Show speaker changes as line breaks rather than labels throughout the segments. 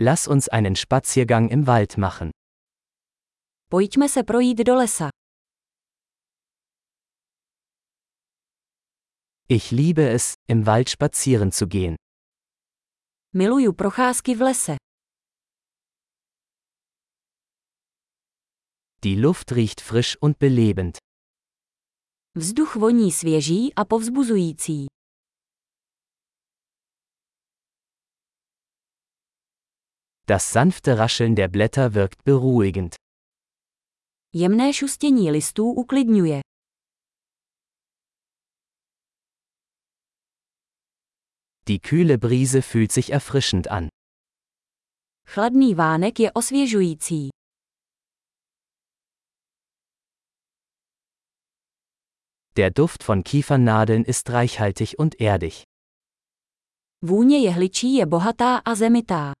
Lass uns einen Spaziergang im Wald machen.
Pojďme se projít do lesa.
Ich liebe es, im Wald spazieren zu gehen.
Miluju procházky v lese.
Die Luft riecht frisch und belebend.
Vzduch voní svěží a povzbuzující.
Das sanfte Rascheln der Blätter wirkt beruhigend.
Jemné šustění listů uklidňuje.
Die kühle Brise fühlt sich erfrischend an.
Chladný vánek je osvěžující.
Der Duft von Kiefernadeln ist reichhaltig und erdig.
Vůně jehličí je bohatá a zemitá.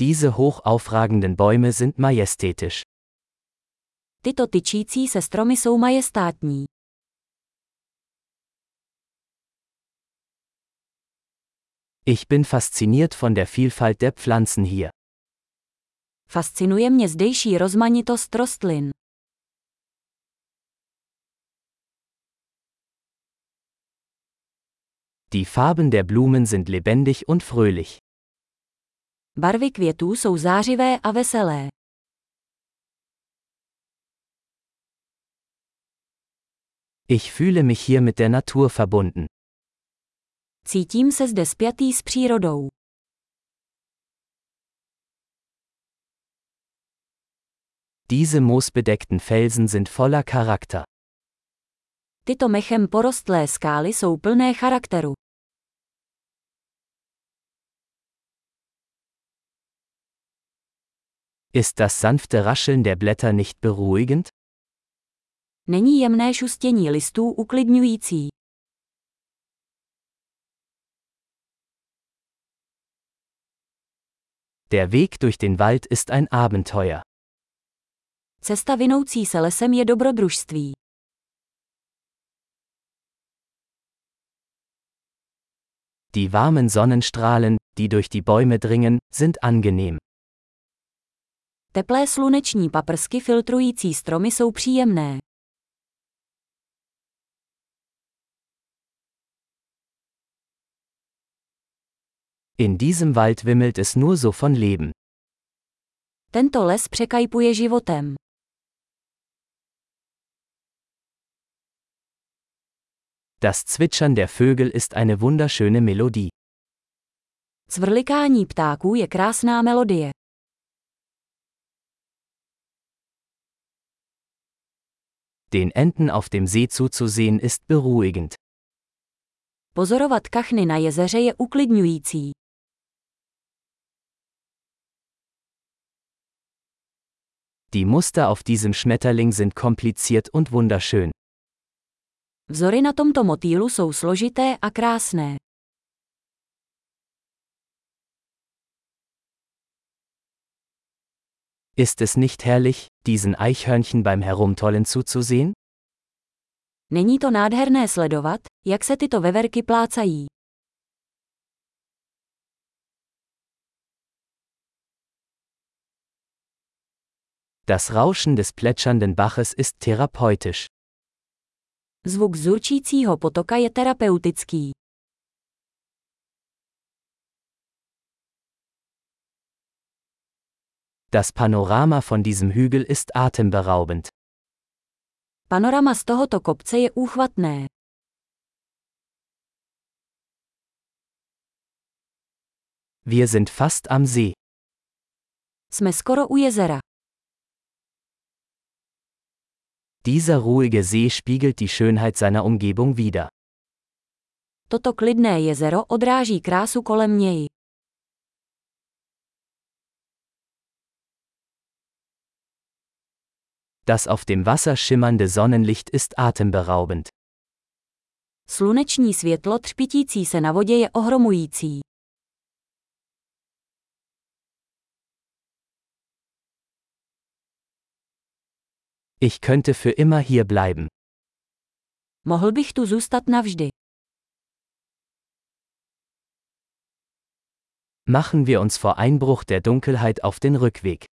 Diese hoch aufragenden Bäume sind majestätisch.
Tyto tyčící se stromy jsou majestátní.
Ich bin fasziniert von der Vielfalt der Pflanzen hier.
Fascinuje mě zdejší rozmanitost rostlin.
Die Farben der Blumen sind lebendig und fröhlich.
Barvy květů jsou zářivé a veselé.
Ich fühle mich hier mit der Natur verbunden.
Cítím se zde spjatý s přírodou.
Diese moosbedeckten Felsen sind voller Charakter.
Tyto mechem porostlé skály jsou plné charakteru.
Ist das sanfte Rascheln der Blätter nicht beruhigend?
Není jemné šustění listů uklidňující.
Der Weg durch den Wald ist ein Abenteuer.
Cesta vinoucí se lesem je dobrodružství.
Die warmen Sonnenstrahlen, die durch die Bäume dringen, sind angenehm.
Teplé sluneční paprsky filtrující stromy jsou příjemné.
In diesem Wald wimmelt es nur so von Leben.
Tento les překajpuje životem.
Das Zwitschern der Vögel ist eine wunderschöne Melodie.
Cvrlikání ptáků je krásná melodie.
Den Enten auf dem See zuzusehen ist beruhigend.
Pozorovat kachny na jezeře je uklidňující.
Die Muster auf diesem Schmetterling sind kompliziert und wunderschön.
Vzory na tomto motýlu jsou složité a krásné.
Ist es nicht herrlich, diesen Eichhörnchen beim Herumtollen zuzusehen?
Není to nádherné sledovat, jak se tyto veverky plácají.
Das Rauschen des plätschernden Baches ist therapeutisch.
Zvuk zurčícího potoka je terapeutický.
Das Panorama von diesem Hügel ist atemberaubend.
Panorama z tohoto kopce je úchvatné.
Wir sind fast am See.
Jsme skoro u jezera.
Dieser ruhige See spiegelt die Schönheit seiner Umgebung wider.
Toto klidné jezero odráží krásu kolem něj.
Das auf dem Wasser schimmernde Sonnenlicht ist atemberaubend.
Sluneční světlo třpitící se na vodě je ohromující.
Ich könnte für immer hier bleiben.
Mohl bych tu zůstat navždy.
Machen wir uns vor Einbruch der Dunkelheit auf den Rückweg.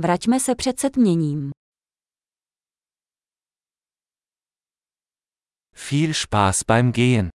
Vraťme se před setměním.
Viel Spaß beim Gehen.